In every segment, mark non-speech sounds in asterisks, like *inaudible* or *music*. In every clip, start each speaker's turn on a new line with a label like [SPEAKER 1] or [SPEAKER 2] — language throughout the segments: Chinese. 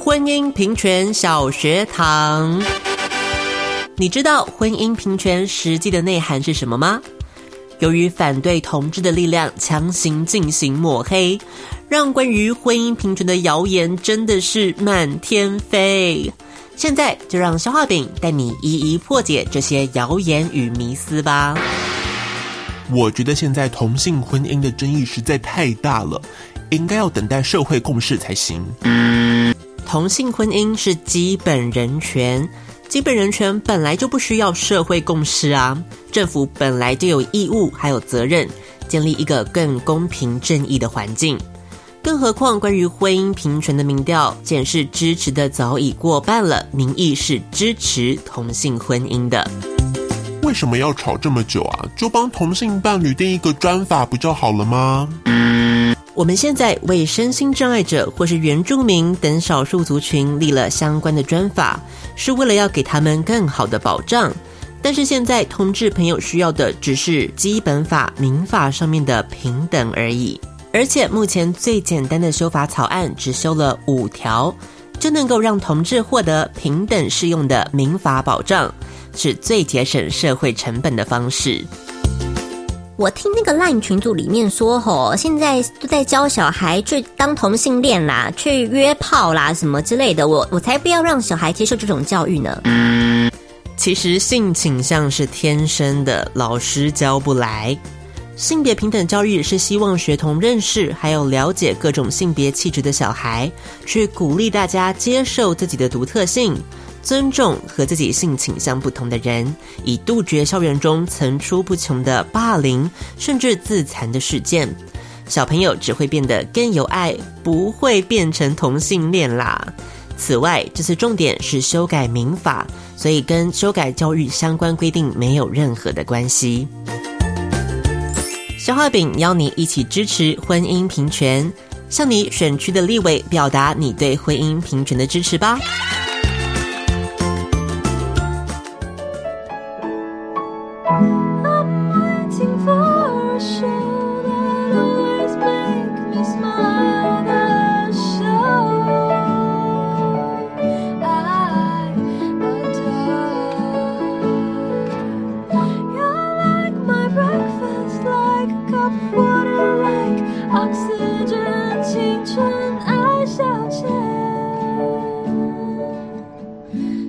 [SPEAKER 1] 婚姻平权小学堂。你知道婚姻平权实际的内涵是什么吗？由于反对同志的力量强行进行抹黑，让关于婚姻平权的谣言真的是满天飞。现在就让消化饼带你一一破解这些谣言与迷思吧。
[SPEAKER 2] 我觉得现在同性婚姻的争议实在太大了，应该要等待社会共识才行。
[SPEAKER 1] 同性婚姻是基本人权，基本人权本来就不需要社会共识啊，政府本来就有义务还有责任建立一个更公平正义的环境。更何况，关于婚姻平权的民调显示，支持的早已过半了，民意是支持同性婚姻的。
[SPEAKER 2] 为什么要吵这么久啊？就帮同性伴侣定一个专法不就好了吗？
[SPEAKER 1] 我们现在为身心障碍者或是原住民等少数族群立了相关的专法，是为了要给他们更好的保障。但是现在同志朋友需要的只是基本法、民法上面的平等而已。而且目前最简单的修法草案只修了五条，就能够让同志获得平等适用的民法保障，是最节省社会成本的方式。
[SPEAKER 3] 我听那个 LINE 群组里面说，吼，现在都在教小孩去当同性恋啦，去约炮啦，什么之类的。我我才不要让小孩接受这种教育呢。
[SPEAKER 1] 其实性倾向是天生的，老师教不来。性别平等教育是希望学童认识还有了解各种性别气质的小孩，去鼓励大家接受自己的独特性，尊重和自己性倾向不同的人，以杜绝校园中层出不穷的霸凌甚至自残的事件。小朋友只会变得更有爱，不会变成同性恋啦。此外，这次重点是修改民法，所以跟修改教育相关规定没有任何的关系。消化饼邀你一起支持婚姻平权，向你选区的立委表达你对婚姻平权的支持吧。
[SPEAKER 4] waiting for a show that always make me smile. The show I adore. You're like my breakfast, like a cup of water, like oxygen. 青春爱消遣，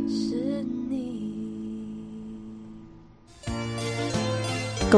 [SPEAKER 4] 是你。
[SPEAKER 5] 各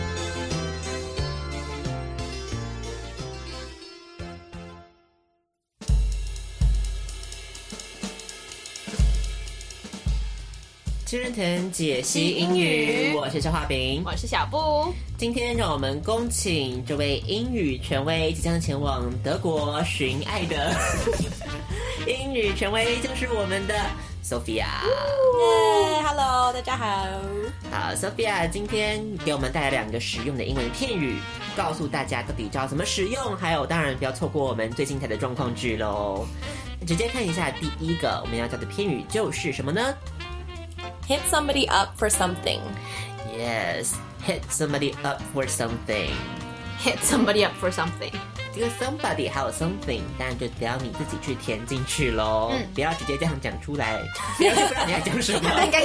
[SPEAKER 1] 青人藤解析英语，我是肖化饼，
[SPEAKER 6] 我是小布，
[SPEAKER 1] 今天让我们恭请这位英语权威即将前往德国寻
[SPEAKER 6] *laughs*
[SPEAKER 1] 爱的英语权威，就是我们的 Sophia。
[SPEAKER 6] 耶，Hello，大家好。
[SPEAKER 1] 好，Sophia，今天给我们带来两个实用的英文片语，告诉大家到底知道怎么使用，还有当然不要错过我们最精彩的状况剧喽。直接看一下第一个我们要教的片语就是什么呢
[SPEAKER 6] Hit somebody up for something.
[SPEAKER 1] ？Yes，hit somebody up for something。
[SPEAKER 6] Hit somebody up for something.
[SPEAKER 1] 这个 somebody 还有 something，当然就得要你自己去填进去喽，
[SPEAKER 6] 嗯
[SPEAKER 1] 不要直接这样讲出来，
[SPEAKER 6] *laughs*
[SPEAKER 1] 不要不知道你在讲什么。
[SPEAKER 6] 应该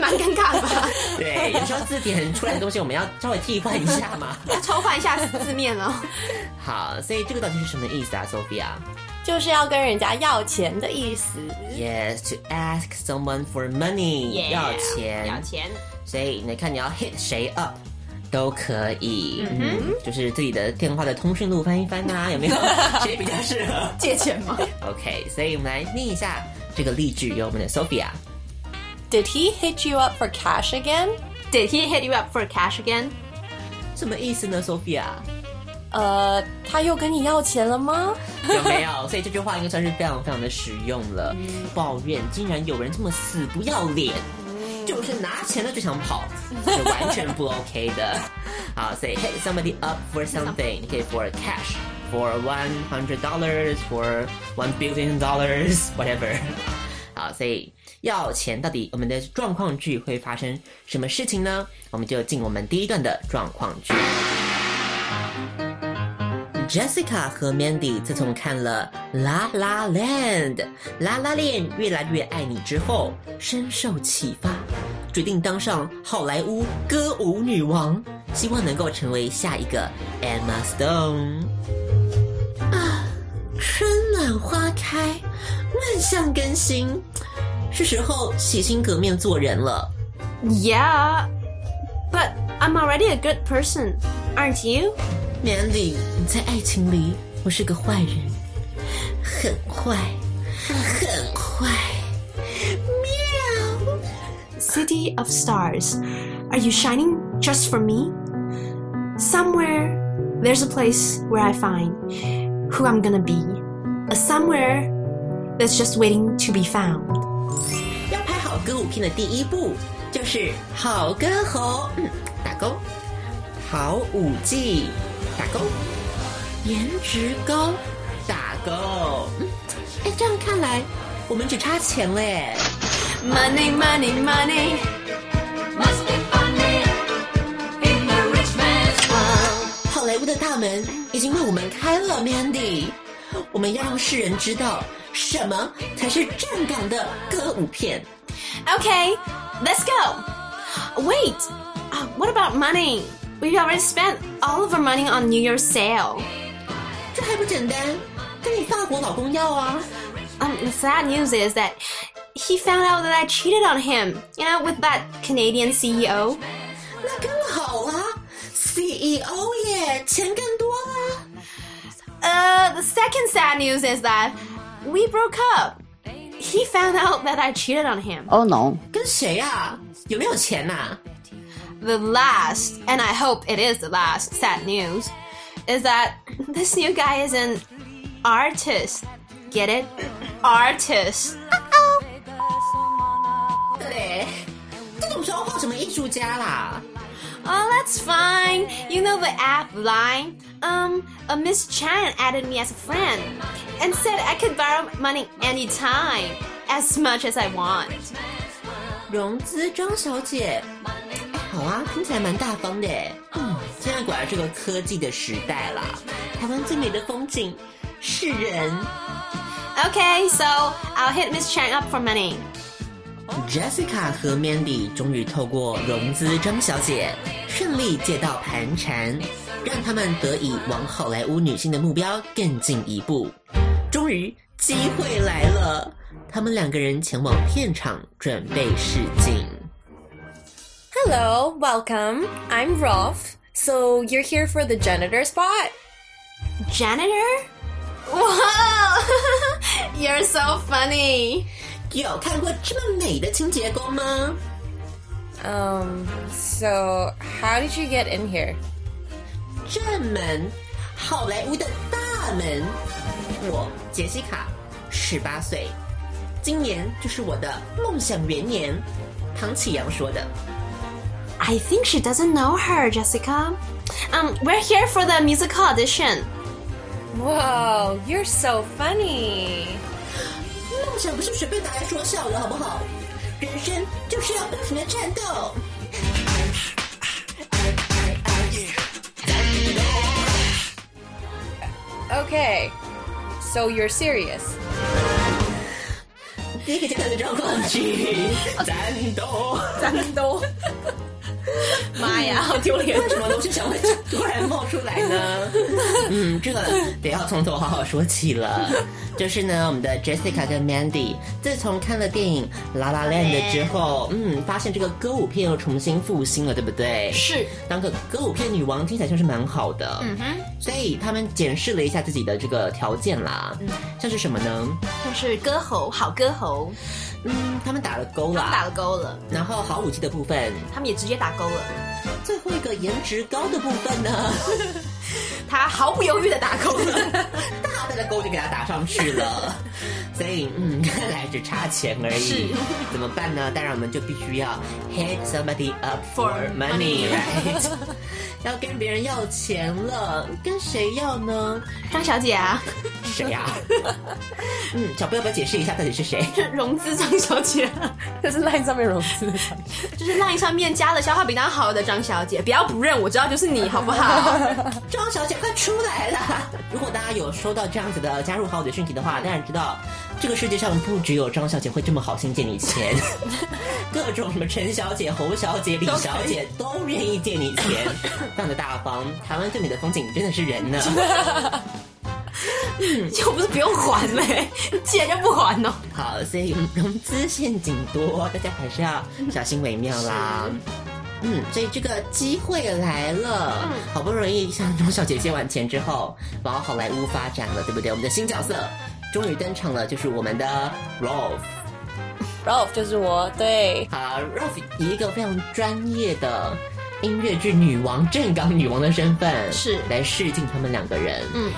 [SPEAKER 6] 蛮尴尬的吧？
[SPEAKER 1] 对，有时候字典出来的东西，我们要稍微替换一下
[SPEAKER 6] *laughs*
[SPEAKER 1] 嘛。
[SPEAKER 6] 要 *laughs* 抽换一下字面哦。
[SPEAKER 1] 好，所以这个到底是什么意思啊，Sophia？
[SPEAKER 6] 嗯
[SPEAKER 7] 就是要跟人家要钱的意思。
[SPEAKER 1] Yes, to ask someone for money，、
[SPEAKER 6] Yeah，
[SPEAKER 1] 要钱，
[SPEAKER 6] 要钱。
[SPEAKER 1] 所以你看你要 hit 谁 up 都可以，嗯，就是自己的电话的通讯录翻一翻 *laughs* 呐、有没有谁比较适 *laughs* 合
[SPEAKER 6] 借钱吗
[SPEAKER 1] ？OK，所以我们来念一下这个例句，由我们的 Sophia。
[SPEAKER 7] Did he hit you up for cash again？
[SPEAKER 6] ？Did he hit you up for cash again?
[SPEAKER 1] 什么意思呢，Sophia？
[SPEAKER 7] 呃，他又跟你要钱了吗？
[SPEAKER 1] 有没有？所以这句话应该算是非常非常的实用了。抱怨竟然有人这么死不要脸，就是拿钱了就想跑，是完全不 OK 的。好，所以 hit somebody up for something，你可以 for cash。For one hundred dollars, for one billion dollars, whatever。好， *laughs* 所以要钱到底我们的状况剧会发生什么事情呢？我们就进我们第一段的状况剧。Jessica 和 Mandy 自从看了《La La Land》《La La Land》越来越爱你之后，深受启发，决定当上好莱坞歌舞女王，希望能够成为下一个 Emma Stone。啊，春暖花开，万象更新，是时候洗心革面做人了。
[SPEAKER 8] Yeah, but I'm already a good person, aren't you?
[SPEAKER 1] Mandy，你在爱情里，我是个坏人，很坏，很坏。
[SPEAKER 8] City of stars, are you shining just for me? Somewhere there's a place where I find who I'm gonna be, a somewhere that's just waiting to be found.
[SPEAKER 1] 要拍好歌舞片的第一步就是好歌喉，嗯，打勾；好舞技，打勾；颜值高，打勾。嗯，哎，这样看来，我们只差钱嘞。
[SPEAKER 8] Money, money, money. Must be funny in the rich man's world.
[SPEAKER 1] 好莱坞的大门已经为我们开了，Mandy。我们要让世人知道，什么才是正港的歌舞片。
[SPEAKER 8] Okay, let's go. Wait, uh, what about money? We've already spent all of our money on New Year's sale.
[SPEAKER 1] 这还不简单，跟你法国老公要啊！
[SPEAKER 8] Um, the sad news is that he found out that I cheated on him, you know, with that Canadian E CEO.
[SPEAKER 1] 那更好啦，CEO 耶，钱更多啦。
[SPEAKER 8] Uh, the second sad news is that we broke up. He found out that I cheated on him.
[SPEAKER 9] Oh no！
[SPEAKER 1] 跟谁啊？有没有钱呐、啊？
[SPEAKER 8] The last, and I hope it is the last sad news, is that *laughs* this new guy is an artist. Get it? Artist.
[SPEAKER 1] 对嘞，这种时候报什么艺术家啦？
[SPEAKER 8] Oh, that's fine. You know the app line. Um, uh, Miss Chan added me as a friend and said I could borrow money anytime, as much as I want.
[SPEAKER 1] 融资张小姐，哎，好啊，听起来蛮大方的哎。嗯，现在果然是个科技的时代啦。台湾最美的风景是人。
[SPEAKER 8] Okay, so I'll hit Miss Chan up for money.
[SPEAKER 1] Jessica 和 Mandy 终于透过融资张小姐顺利借到盘缠，让他们得以往好莱坞女星的目标更进一步。终于机会来了，他们两个人前往片场准备试镜。
[SPEAKER 10] Hello, welcome. I'm Rolf. So you're here for the janitor spot?
[SPEAKER 8] Janitor? Whoa! You're so funny.
[SPEAKER 1] 有看过这么美的清洁工吗？
[SPEAKER 10] Um, so how did you get in here?
[SPEAKER 1] 正门，好莱坞的大门。我杰西卡，十八岁，今年就是我的梦想元年。唐启阳说的。
[SPEAKER 8] I think she doesn't know her, Jessica. Um, we're here for the musical audition.
[SPEAKER 10] Whoa, you're so funny.
[SPEAKER 1] 梦想不是随便拿来说笑的，好不好？人生就是要不停的战斗。
[SPEAKER 10] Okay, so you're serious.
[SPEAKER 1] 第一个阶段的状况剧，战斗。为什么东西想会突然冒出来呢？嗯，这个得要从头好好说起了。就是呢，我们的 Jessica 跟 Mandy 自从看了电影《La La Land》之后，嗯，发现这个歌舞片又重新复兴了，对不对？
[SPEAKER 8] 是，
[SPEAKER 1] 当个歌舞片女王听起来像是蛮好的。嗯哼，所以他们检视了一下自己的这个条件啦，像是什么呢？嗯，他们打了勾啦，
[SPEAKER 8] 就是歌喉，好歌喉。他们打了勾了，他们也直接打勾了。
[SPEAKER 1] 然后好武器的部分，最后一个颜值高的部分 *laughs* 呢？
[SPEAKER 8] 他毫不犹豫的打勾了。
[SPEAKER 1] 大大的勾就给他打上去了。 *laughs* 所以嗯，看来只差钱而已，怎么办呢？当然我们就必须要 hit somebody up for *laughs* money，right？要跟别人要钱了，跟谁要 *laughs* 呢？
[SPEAKER 8] 张小姐啊，
[SPEAKER 1] 谁呀、嗯，小朋友，要不要解释一下到底是谁？
[SPEAKER 8] *laughs* 融资张小姐，
[SPEAKER 7] *laughs* 这是 LINE 上面融资的场景。
[SPEAKER 8] *laughs* 就是 LINE 上面加了消化饼当好友的张小姐，不要不认，我知道就是你，好不好？ *laughs*
[SPEAKER 1] 张小姐，快出来啦！如果大家有收到这样子的加入好友的讯息的话，当然知道这个世界上不只有张小姐会这么好心借你钱，各种什么陈小姐、侯小姐、李小姐都愿意借你钱，非常的大方。台湾对你的风景真的是人呢。
[SPEAKER 8] 又不是不用还嘞，借就不还哦。
[SPEAKER 1] 好，所以嗯融资陷阱多，大家还是要小心为妙啦。嗯，所以这个机会来了，好不容易向钟小姐借完钱之后，往好莱坞发展了，对不对？我们的新角色终于登场了，就是我们的 Rolf。
[SPEAKER 7] Rolf 就是我，对，
[SPEAKER 1] 啊，Rolf 以一个非常专业的音乐剧女王、正港女王的身份，
[SPEAKER 8] 是
[SPEAKER 1] 来试镜他们两个人。嗯，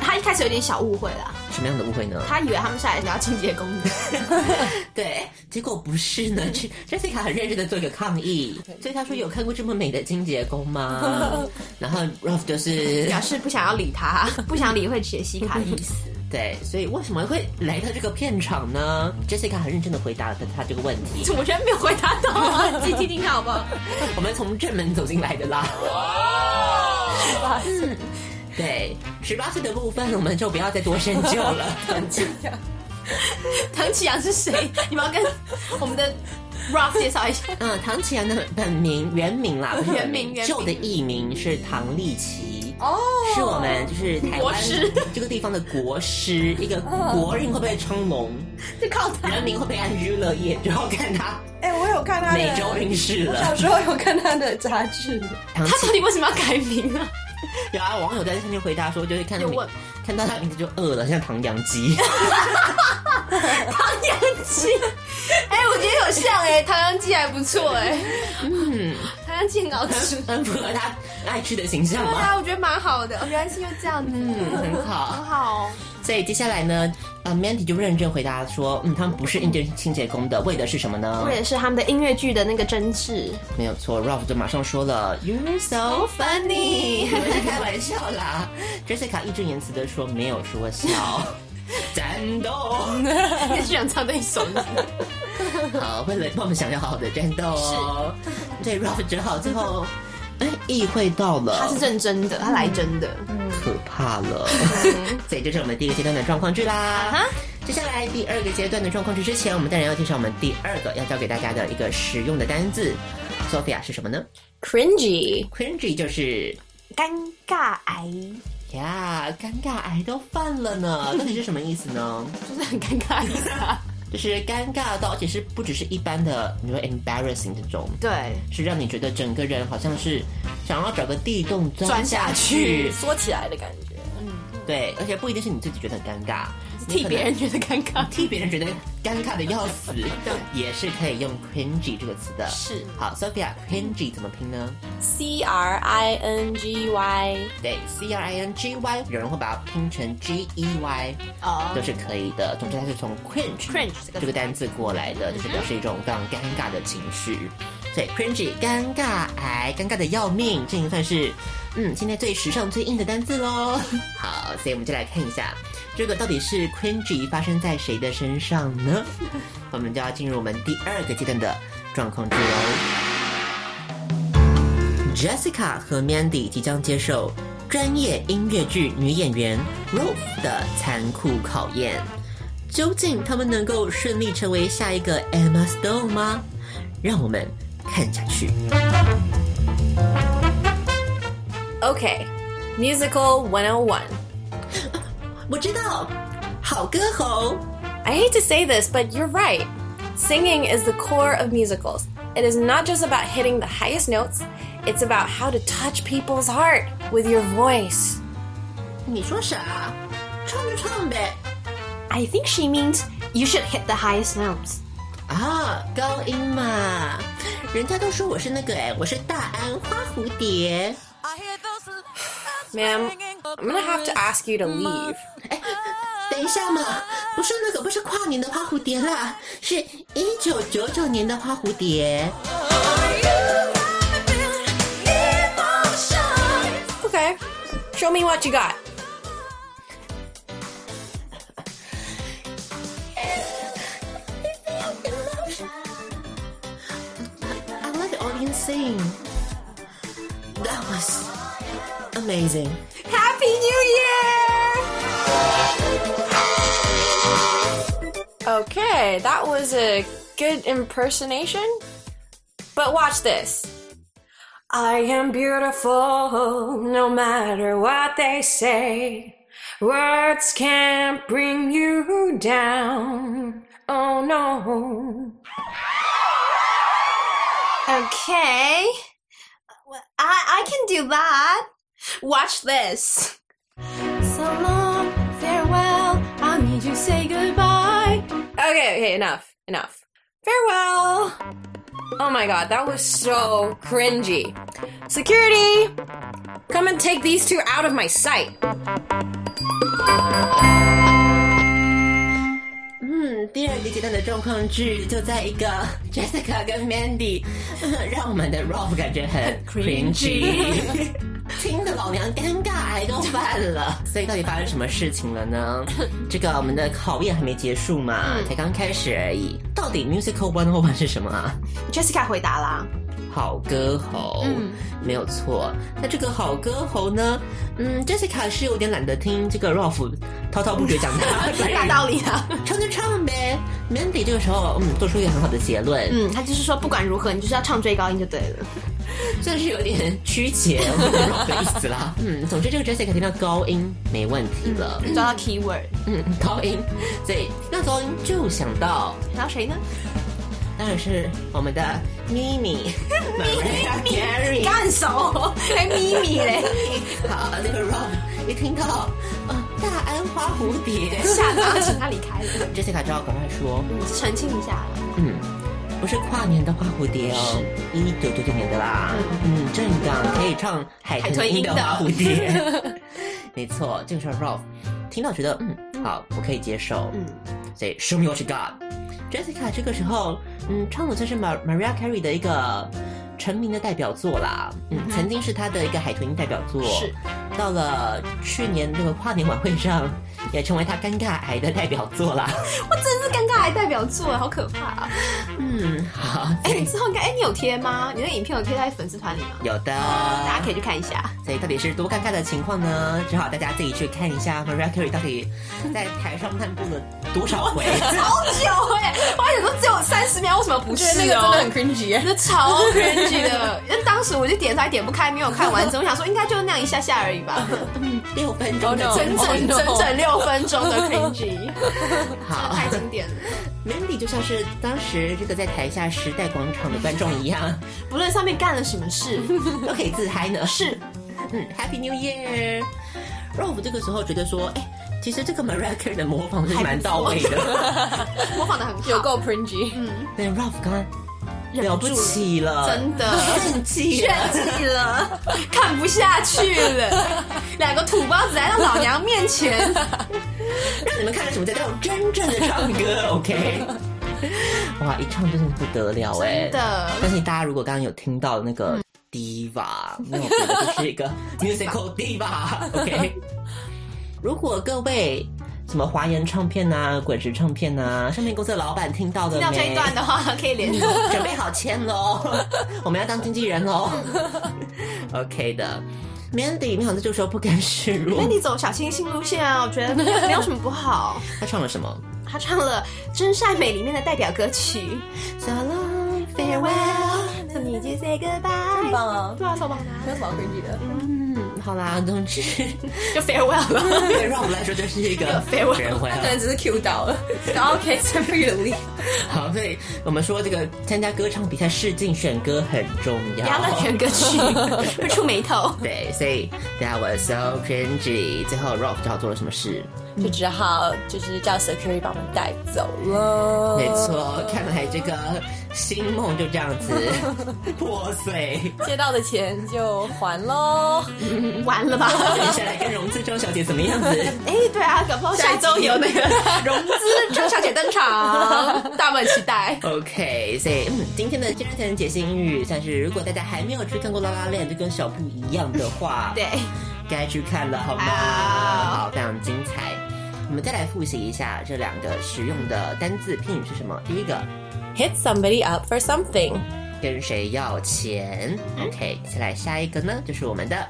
[SPEAKER 8] 他一开始有点小误会啦，
[SPEAKER 1] 什么样的误会呢？
[SPEAKER 8] 他以为他们是来聊清洁工的。
[SPEAKER 7] *laughs*
[SPEAKER 1] 对，结果不是呢。
[SPEAKER 8] 嗯
[SPEAKER 1] 这 *laughs* Jessica 很认真的做一个抗议，所以他说有看过这么美的清洁工
[SPEAKER 8] *laughs*
[SPEAKER 1] 吗？然后 Ralph 就是
[SPEAKER 8] 表示不想要理他，不想理会杰西卡的意
[SPEAKER 7] *laughs*
[SPEAKER 8] 思。
[SPEAKER 1] 对，所以为什么会来到这个片场呢？Jessica 很认真的回答了他这个问题。
[SPEAKER 8] 我觉得没有回答到啊，你自
[SPEAKER 7] *laughs*
[SPEAKER 8] 己听听看好不好？
[SPEAKER 1] 我们从正门走进来的啦。嗯对，十八岁的部分我们就不要再多深究
[SPEAKER 8] *laughs*
[SPEAKER 1] 了。
[SPEAKER 8] 唐启阳是谁？你们要跟我们的 Rock 介绍一下。
[SPEAKER 1] 嗯，唐启阳的本名原名啦，不是本
[SPEAKER 8] 原名原名
[SPEAKER 1] 旧的艺名是唐立奇。哦，是我们就是台
[SPEAKER 8] 国
[SPEAKER 1] 湾
[SPEAKER 8] 师
[SPEAKER 1] 这个地方的国师，一个国运会不会昌隆，
[SPEAKER 8] 就靠他，
[SPEAKER 1] 人民会不会安居乐业，就要看他
[SPEAKER 11] 哎、我有看他的，
[SPEAKER 1] 每周运势
[SPEAKER 11] 我小
[SPEAKER 1] 了。
[SPEAKER 11] 时候有看他的杂志，
[SPEAKER 1] 唐
[SPEAKER 8] *laughs* 他
[SPEAKER 1] 启
[SPEAKER 8] 到底为什么要改名啊？
[SPEAKER 1] 有啊，网友在下面回答说，就是看到
[SPEAKER 8] 有
[SPEAKER 1] 你
[SPEAKER 8] 问
[SPEAKER 1] 看到他名字就饿了，像唐扬鸡。
[SPEAKER 8] 唐扬鸡，哎、我觉得有像哎、唐扬鸡还不错哎、 *laughs* 嗯，唐扬鸡很好吃。
[SPEAKER 1] 很嗯符合他爱吃的形象
[SPEAKER 8] 对
[SPEAKER 1] 吗？
[SPEAKER 8] 啊，我觉得蛮好的，原来是又这样子，
[SPEAKER 1] 嗯，很
[SPEAKER 8] 啊很
[SPEAKER 1] 好。
[SPEAKER 8] 好、哦。
[SPEAKER 1] 所以接下来呢，呃，Mandy 就认真回答说，嗯，他们不是应征清洁工的，为的是什么呢
[SPEAKER 8] 我？也是他们的音乐剧的那个争执，
[SPEAKER 1] 没有错，Ralph 就马上说了，You're so
[SPEAKER 8] *laughs*
[SPEAKER 1] funny，是开玩笑啦。Jessica 义正言辞的说，没有说
[SPEAKER 8] *laughs*
[SPEAKER 1] 笑，战斗。
[SPEAKER 8] 也是想 *laughs* 唱那一首。
[SPEAKER 1] *laughs* 好，为了我们想要好好的战斗哦。对，Ralph 只好最后，哎，意会到了，
[SPEAKER 8] 他是认真的，他来真的。
[SPEAKER 1] 可怕了。所以这是我们第一个阶段的状况剧啦。接下来第二个阶段的状况剧之前，我们当然要介绍我们第二个要教给大家的一个实用的单字。Sophia 是什么呢
[SPEAKER 7] cringy，
[SPEAKER 1] ？Cringy 就是
[SPEAKER 8] 尴尬癌
[SPEAKER 1] 呀，尴尬癌都犯了呢， *laughs* 到底是什么意思呢？
[SPEAKER 8] 就是很尴尬意思啊。
[SPEAKER 1] 就是尴尬到，而且是不只是一般的，你说 embarrassing 这种，
[SPEAKER 8] 对，
[SPEAKER 1] 是让你觉得整个人好像是想要找个地洞钻
[SPEAKER 8] 钻
[SPEAKER 1] 下
[SPEAKER 8] 下
[SPEAKER 1] 去。
[SPEAKER 7] 缩起来的感觉。
[SPEAKER 1] 对，而且不一定是你自己觉得很尴尬，
[SPEAKER 8] 嗯替别人
[SPEAKER 1] 你可能
[SPEAKER 8] 觉得尴尬。
[SPEAKER 1] 替别人觉得尴尬的要
[SPEAKER 8] *laughs*
[SPEAKER 1] 死，也是可以用 cringy 这个词的。
[SPEAKER 8] 是
[SPEAKER 1] 好，Sophia cringy 怎么拼呢？
[SPEAKER 7] C R I N G Y，
[SPEAKER 1] 对，C R I N G Y，有人会把它拼成 G E Y，
[SPEAKER 8] 哦
[SPEAKER 1] 都是可以的。总之，它是从 cringe
[SPEAKER 8] Cringe 这个
[SPEAKER 1] 这个单字过来的，就是表示一种非常尴尬的情绪。所以 cringy 尴尬癌，尴尬的要命，这已经算是嗯现在最时尚最硬的单字喽。 *laughs* 好，所以我们就来看一下这个到底是 cringy 发生在谁的身上呢？我们就要进入我们第二个阶段的状况之喽。Jessica 和 Mandy 即将接受专业音乐剧女演员 Rose 的残酷考验。究竟他们能够顺利成为下一个 Emma Stone 吗？让我们看下去。
[SPEAKER 7] Okay, musical 101.
[SPEAKER 1] 我知道，好歌喉。
[SPEAKER 7] I hate to say this, but you're right. Singing is the core of musicals. It is not just about hitting the highest notes, it's about how to touch people's heart with your voice.
[SPEAKER 1] 你说啥？唱就唱呗。
[SPEAKER 8] I think she means you should hit the highest notes。
[SPEAKER 1] 啊，高音嘛，人家都说我是那个哎，我是大安花蝴蝶。
[SPEAKER 7] Ma'am, I'm gonna have to ask you to leave.
[SPEAKER 1] 等一下嘛，不是那个，不是跨年的花蝴蝶啦，是一九九九年的花蝴蝶。
[SPEAKER 12] Okay, show me what you got.
[SPEAKER 1] I let the audience sing. That was amazing.
[SPEAKER 12] Happy New Year! Okay, that was a good impersonation. But watch this. I am beautiful no matter what they say. Words can't bring you down. Oh no.
[SPEAKER 8] Okay. I, I can do that. Watch this. So long, Um, farewell, I need you say goodbye.
[SPEAKER 12] Okay, okay, enough, enough. Farewell. Oh my god, that was so cringy. Security, come and take these two out of my sight.
[SPEAKER 1] 嗯，第二个阶段的状况剧就在一个 Jessica 跟 Mandy，呃 *laughs* 让我们的 Rolf 感觉很 cringy，听 *laughs* 得老娘尴尬癌都犯了。 *laughs* 所以到底发生什么事情了 *laughs* 呢？这个我们的考验还没结束嘛，才刚开始而已。到底 Musical One One 是什么啊？
[SPEAKER 8] Jessica 回答啦，
[SPEAKER 1] 好歌喉，没有错。那这个好歌喉呢？嗯，Jessica 是有点懒得听这个 Ralph 滔滔不绝 *laughs* 讲他
[SPEAKER 8] 大道理 *laughs* 啊。
[SPEAKER 1] 唱就唱呗。Mandy 这个时候，嗯，做出一个很好的结论，
[SPEAKER 8] 嗯，他就是说，不管如何，你就是要唱最高音就对了。
[SPEAKER 1] 算是有点曲解 Ralph 的意思啦。嗯，总之这个 Jessica 听到高音没问题了，
[SPEAKER 8] 抓到 keyword，
[SPEAKER 1] 嗯，高音，所以听到高音就想到，
[SPEAKER 8] 然后谁呢？
[SPEAKER 1] 当然是我们的咪咪，Mariah Carey。
[SPEAKER 8] 干什 *laughs* 么？还咪咪嘞？
[SPEAKER 1] *laughs* 好，那个 Rob 一听到，呃，大安花蝴蝶
[SPEAKER 8] 吓到，请他离开了。
[SPEAKER 1] ，Jessica 知道，赶快说，
[SPEAKER 8] 你澄清一下，
[SPEAKER 1] 嗯，不是跨年的花蝴蝶哦，一九九九年的啦，嗯，正港可以唱海豚音的花蝴
[SPEAKER 8] *laughs*
[SPEAKER 1] 蝶， *laughs* 没错，这个时候 Rob 听到觉得，嗯，好，我可以接受，嗯，所以 Show me what you got。Jessica 这个时候，嗯，唱的算是 Mar Mariah Carey 的一个成名的代表作啦，嗯，曾经是她的一个海豚音代表作，
[SPEAKER 8] 是，
[SPEAKER 1] 到了去年那个跨年晚会上，也成为她尴尬癌的代表作啦。
[SPEAKER 8] 我真的是尴尬癌代表作，好可怕啊！
[SPEAKER 1] 嗯，好，
[SPEAKER 8] 哎，你之后应该，哎，你有贴吗？你那影片有贴在粉丝团里吗？
[SPEAKER 1] 有的，
[SPEAKER 8] 大家可以去看一下。
[SPEAKER 1] 所以到底是多尴尬的情况呢？只好大家自己去看一下 Mariah Carey 到底在台上漫步了多少 *laughs* 回。
[SPEAKER 8] 好久哎、我还想说只有三十秒，为什么不是、哦？
[SPEAKER 3] cringy 耶
[SPEAKER 8] 那超 cringy 的。 *laughs* 那当时我就点开点不开，没有看完整。我想说应该就那样一下下而已 *laughs* 吧，哦
[SPEAKER 1] 六分钟的
[SPEAKER 3] Oh no
[SPEAKER 8] 整整 *laughs* 整整六分钟 *laughs* 的 cringy，
[SPEAKER 1] 好
[SPEAKER 8] 太经典了。
[SPEAKER 1] ，Mandy 就像是当时这个在台下时代广场的观众一 *laughs* 样，
[SPEAKER 8] 不论上面干了什么事，
[SPEAKER 1] 都可以自嗨呢。是，嗯，Happy New Year。Rob 这个时候觉得说，哎、其实这个 Mariah Carey 的模仿是蛮到位的。
[SPEAKER 8] *laughs* 模仿的很好，
[SPEAKER 3] 有够 cringy，
[SPEAKER 1] *laughs* 对，Rob 刚刚了不起了，
[SPEAKER 8] 真 *laughs* 的
[SPEAKER 1] 炫技了。
[SPEAKER 8] 炫技了，看不下去了。两个土包子来到老娘面 *laughs* 前，
[SPEAKER 1] 让你们看看什么叫做 *laughs* 真正的唱歌 *laughs* ，OK？哇，一唱真的不得了哎、
[SPEAKER 8] 真的嗯
[SPEAKER 1] 但是大家如果刚刚有听到那个 diva，、那我觉得就是一个 *laughs* musical diva，OK？、如果各位什么华研唱片呐、滚石唱片呐、唱片公司的老板听到了
[SPEAKER 8] 听
[SPEAKER 1] 没？
[SPEAKER 8] 到这一段的话，可以连着。
[SPEAKER 1] *laughs* 准备好签喽，
[SPEAKER 8] *laughs*
[SPEAKER 1] 我们要当经纪人喽。OK
[SPEAKER 8] 嗯
[SPEAKER 1] 的，Mandy，没想到这个时候不甘示弱
[SPEAKER 8] 那，你走小清新路线啊，我觉得没有没有什么不好。
[SPEAKER 1] 他唱了什么？
[SPEAKER 8] 他唱了《真善美》里面的代表歌曲
[SPEAKER 1] So long,
[SPEAKER 8] Farewell，To Me To Say Goodbye，
[SPEAKER 3] 棒啊！
[SPEAKER 8] 对啊，超棒的啊，
[SPEAKER 3] 有什么好 cringy 的？
[SPEAKER 1] 嗯，好啦，总之
[SPEAKER 8] 就 Farewell 了。
[SPEAKER 1] *laughs* 对 Rob 来说就是一个
[SPEAKER 8] farewell
[SPEAKER 1] 人回
[SPEAKER 3] 可能只是 Q 到了，然后 OK temporarily。
[SPEAKER 1] 好，所以我们说这个参加歌唱比赛试镜选歌很重要。
[SPEAKER 8] 不要乱选歌
[SPEAKER 7] *laughs*
[SPEAKER 8] 曲，会出眉头。
[SPEAKER 1] 对，所以 That was so cringy。最后 Rob 知道做了什么事？
[SPEAKER 3] 就只好就是叫 security 把我们带走
[SPEAKER 8] 哦
[SPEAKER 3] 了。
[SPEAKER 1] 没错，看来这个星
[SPEAKER 8] *laughs*
[SPEAKER 1] 梦就这样子破碎。
[SPEAKER 3] 借到的钱就还喽。
[SPEAKER 8] 嗯完了吧？
[SPEAKER 3] *laughs*
[SPEAKER 1] 接下来看融资周小姐怎么样子？
[SPEAKER 8] *laughs* 哎，对啊，搞不好下周有那个融资周小姐登场，大们期待。
[SPEAKER 1] OK，所以嗯，今天的真人才能解析英语，但是如果大家还没有去看过《拉拉链》，就跟小布一样的话，
[SPEAKER 8] 对，
[SPEAKER 1] 该去看了，好吗？好，非常精彩。我们再来复习一下这两个实用的单字片语是什么？第一个，
[SPEAKER 7] Hit somebody up for something.
[SPEAKER 1] 跟谁要钱、o k 接下来下一个呢，就是我们的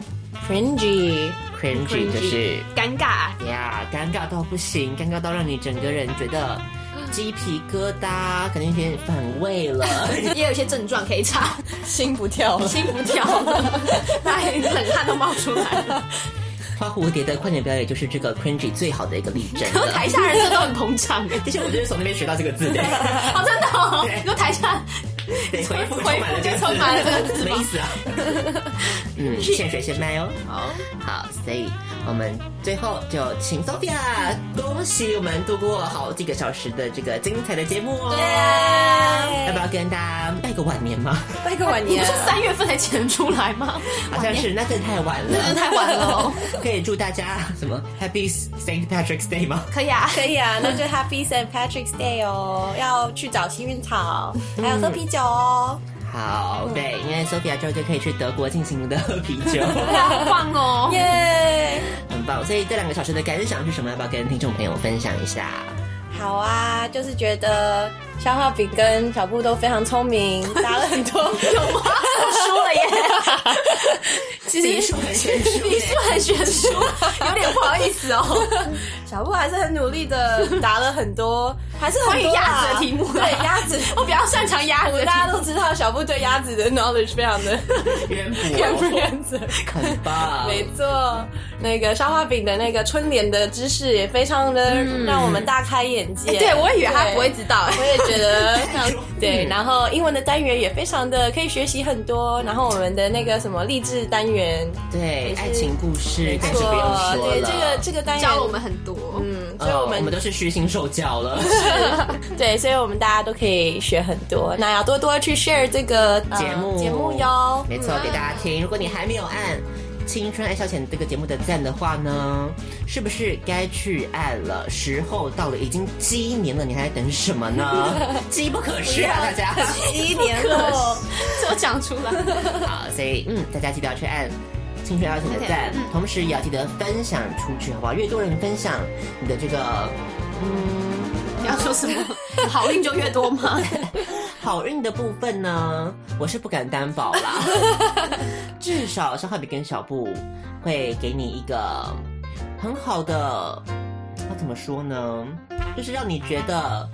[SPEAKER 7] Cringy.
[SPEAKER 1] cringy，就是
[SPEAKER 8] 尴尬，
[SPEAKER 1] 呀，尴尬到不行，尴尬到让你整个人觉得鸡皮疙瘩，肯定有点反胃 *laughs* 了。
[SPEAKER 8] *laughs* 也有一些症状可以查，
[SPEAKER 13] 心不跳了。
[SPEAKER 8] 心不跳 *laughs* 了，那冷汗都冒出来了，
[SPEAKER 1] 花蝴蝶的快点表演就是这个 cringy 最好的一个例 *laughs* 证
[SPEAKER 8] 然后
[SPEAKER 1] 了。
[SPEAKER 8] 台下人真的都很膨胀 *laughs* 哎。
[SPEAKER 1] 其实我就是从那边学到这个字的，
[SPEAKER 8] 哦，真的哦，你说台下
[SPEAKER 1] 对，回复
[SPEAKER 8] 回复
[SPEAKER 1] 充满了这个字，
[SPEAKER 8] 就充满了这个字
[SPEAKER 1] 什么意思啊？
[SPEAKER 8] *laughs*
[SPEAKER 1] 嗯，现学现卖哦。
[SPEAKER 8] 好，
[SPEAKER 1] 好，所以我们最后就请 Sophia，恭喜我们度过好几个小时的这个精彩的节目哦。要不要跟大家拜个晚年吗？
[SPEAKER 7] 拜个晚
[SPEAKER 8] 你不
[SPEAKER 7] 年
[SPEAKER 8] 是，三月份才剪出来吗？
[SPEAKER 1] 好像是，那真的太晚了，
[SPEAKER 8] 真的太晚了哦。
[SPEAKER 1] *laughs* 可以祝大家什么 Happy Saint Patrick's Day 吗？
[SPEAKER 8] 可以啊，
[SPEAKER 7] 可以啊，那就 Happy St. Patrick's Day 哦，要去找幸运草，还有喝
[SPEAKER 11] *laughs*
[SPEAKER 7] 啤酒哦。
[SPEAKER 1] 好，对，因为 Sophia 之后就可以去德国进行我们的喝啤
[SPEAKER 8] *laughs*
[SPEAKER 1] 酒，
[SPEAKER 8] 好棒 *laughs* 哦！
[SPEAKER 7] 耶！
[SPEAKER 1] 很棒。所以这两个小时的感想是什么？要不要跟听众朋友分享一下？
[SPEAKER 7] 好啊，就是觉得消化饼跟小布都非常
[SPEAKER 8] *laughs*
[SPEAKER 7] 聪明，答了很多，有吗？输了耶！其实
[SPEAKER 8] 你是不是很悬殊，有点不好意思哦。
[SPEAKER 7] *laughs* 小布还是很努力的答了很多，还是
[SPEAKER 8] 关
[SPEAKER 7] 很
[SPEAKER 8] 于
[SPEAKER 7] 多
[SPEAKER 8] 鸭
[SPEAKER 7] 啊
[SPEAKER 8] 子的题目啊，
[SPEAKER 7] 对鸭子。
[SPEAKER 8] 我比较擅长鸭子的题目，
[SPEAKER 7] 大家都知道，小布对鸭子的 knowledge
[SPEAKER 8] *laughs*
[SPEAKER 7] 非常的
[SPEAKER 1] 渊
[SPEAKER 7] 渊
[SPEAKER 1] 博，
[SPEAKER 7] 博，
[SPEAKER 1] 很棒。
[SPEAKER 7] 没错，那个烧花饼的那个春联的知识也非常的让我们大开眼界。
[SPEAKER 8] 嗯哎对我也以为他
[SPEAKER 7] 对
[SPEAKER 8] 不会嗯知道，哎
[SPEAKER 7] *laughs* 我也觉得，
[SPEAKER 8] *laughs*
[SPEAKER 7] 对，然后英文的单元也非常的可以学习很多，然后我们的那个什么励志单元，
[SPEAKER 1] 对，
[SPEAKER 7] 是
[SPEAKER 1] 爱情故事更是 *laughs* 不用
[SPEAKER 7] 哇
[SPEAKER 1] 说
[SPEAKER 7] 对
[SPEAKER 1] 了。
[SPEAKER 7] 这个呃这个单元
[SPEAKER 8] 教了我们很多。 *laughs*
[SPEAKER 7] 嗯，所以
[SPEAKER 1] 呃，
[SPEAKER 7] 我
[SPEAKER 1] 我
[SPEAKER 7] 们
[SPEAKER 1] 们都是虚心受教了。
[SPEAKER 7] 对，所以我们大家都可以学很多，那要多多
[SPEAKER 8] 嗯
[SPEAKER 7] 去 share 这个呃
[SPEAKER 1] 节目
[SPEAKER 7] 节目哟，
[SPEAKER 1] 没错，给大家听。如果你还没有按《青春爱消遣》这个节目的赞的话呢，是不是该去按了？时候到了，已经鸡年了，你还在等什么呢？机不可失啊，大家！
[SPEAKER 7] 一年了，
[SPEAKER 8] 就讲出来，
[SPEAKER 1] 好，所以嗯，大家记得要去按。青春爱情的赞，同时也要记得分享出去，好不好？越多人分享你的这个
[SPEAKER 8] 你要说什么？ *laughs* 好运就越多 *laughs* 吗？
[SPEAKER 1] 好运的部分呢，我是不敢担保啦，至少小画比跟小布会给你一个很好的，要怎么说呢？就是让你觉得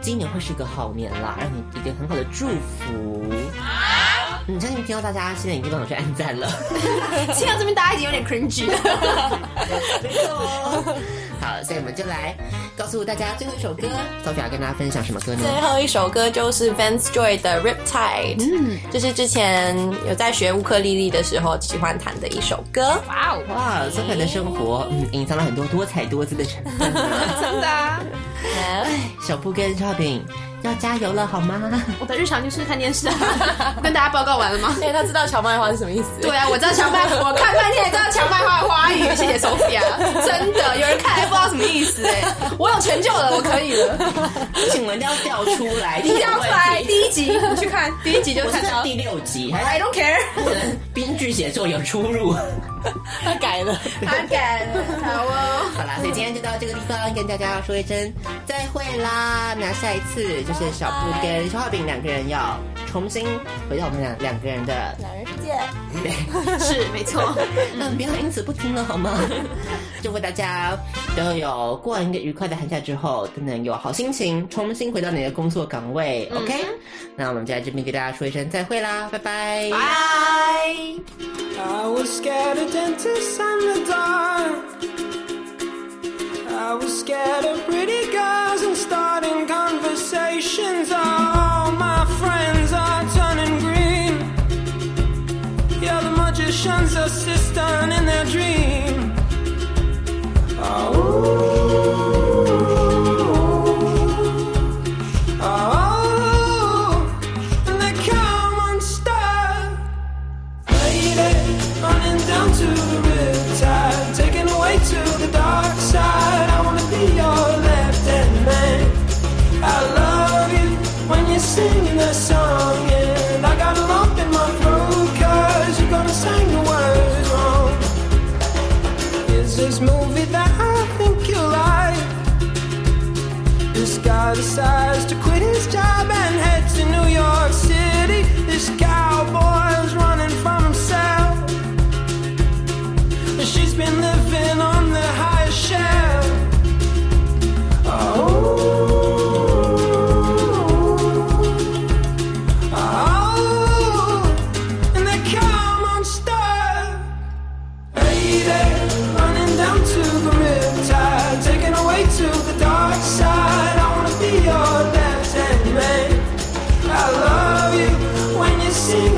[SPEAKER 1] 今年会是个好年啦，让你一个很好的祝福。嗯，相信听到大家现在已经帮我去按赞了。 *laughs*
[SPEAKER 8] 听到这边大家已经有点 cringy 了。
[SPEAKER 1] 好，所以我们就来告诉大家最后一首歌，豆要跟大家分享什么歌呢？
[SPEAKER 7] 最后一首歌就是 Vance Joy 的《Riptide》，嗯，就是之前有在学乌克丽丽的时候喜欢弹的一首歌。
[SPEAKER 8] 哇哦，
[SPEAKER 1] 哇，松凯的生活，嗯，隐藏了很多多彩多姿的成分啊。
[SPEAKER 8] 真的 *laughs* 啊！
[SPEAKER 1] 小布跟烧饼要加油了好吗？ *laughs*
[SPEAKER 8] 我的日常就是看电视啊。 *laughs* 跟大家报告完了吗？
[SPEAKER 7] 哎对，他知道荞麦花是什么意思。
[SPEAKER 8] 对啊，我知道荞麦，我看半天也知道荞麦花的花语。谢谢 *laughs* Sophia，真的有人看还不知道什么意思哎、我有成就了，我可以了，
[SPEAKER 1] 请文要调出来，
[SPEAKER 8] *laughs* 一定要出来。第一集你去看，第一集就
[SPEAKER 1] 我是
[SPEAKER 8] 看
[SPEAKER 1] 在。
[SPEAKER 8] 到
[SPEAKER 1] 第六集，
[SPEAKER 8] *laughs*
[SPEAKER 1] 还
[SPEAKER 8] I don't care，
[SPEAKER 1] 可能编剧写作有出入。
[SPEAKER 7] 他改了。
[SPEAKER 8] 他改了，好哦。
[SPEAKER 1] 好啦，所以今天就到这个地方，跟大家说一声再会啦。那下一次就是小布跟小画饼两个人要重新回到我们两两个人的
[SPEAKER 7] 两人世界，
[SPEAKER 1] *laughs*
[SPEAKER 8] 是没
[SPEAKER 7] *laughs*
[SPEAKER 8] 错，
[SPEAKER 1] 嗯，不要因此不听了好吗？ *laughs* 祝福大家都有过完一个愉快的寒假之后，都能有好心情，重新回到你的工作岗位。OK，那
[SPEAKER 7] 嗯
[SPEAKER 1] 我们就在这边给大家说一声再会啦，拜拜。
[SPEAKER 8] 拜。
[SPEAKER 12] I was scared of dentists and the dark. I was scared of pretty girls and starting conversations. All my friends are turning green. Yeah, the magician's assistant in their dream. Oh. Oh, and they come unstuck. Lady, running down to Oh. Oh.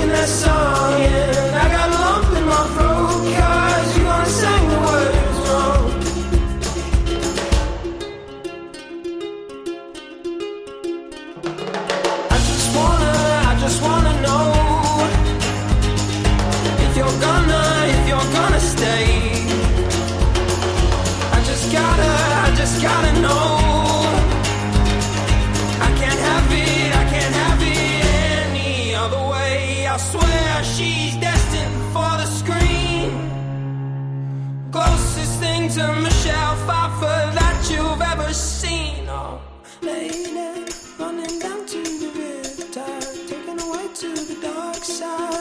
[SPEAKER 12] a song and I got a lump in my throat Cause you only sang the words wrong I just wanna, I just wanna know If you're gonna, if you're gonna stay I just gotta, I just gotta know I can't have it, I can't have it any other way I swear she's destined for the screen Closest thing to Michelle Pfeiffer that you've ever seen Oh, lady, running down to the riptide Taken away to the dark side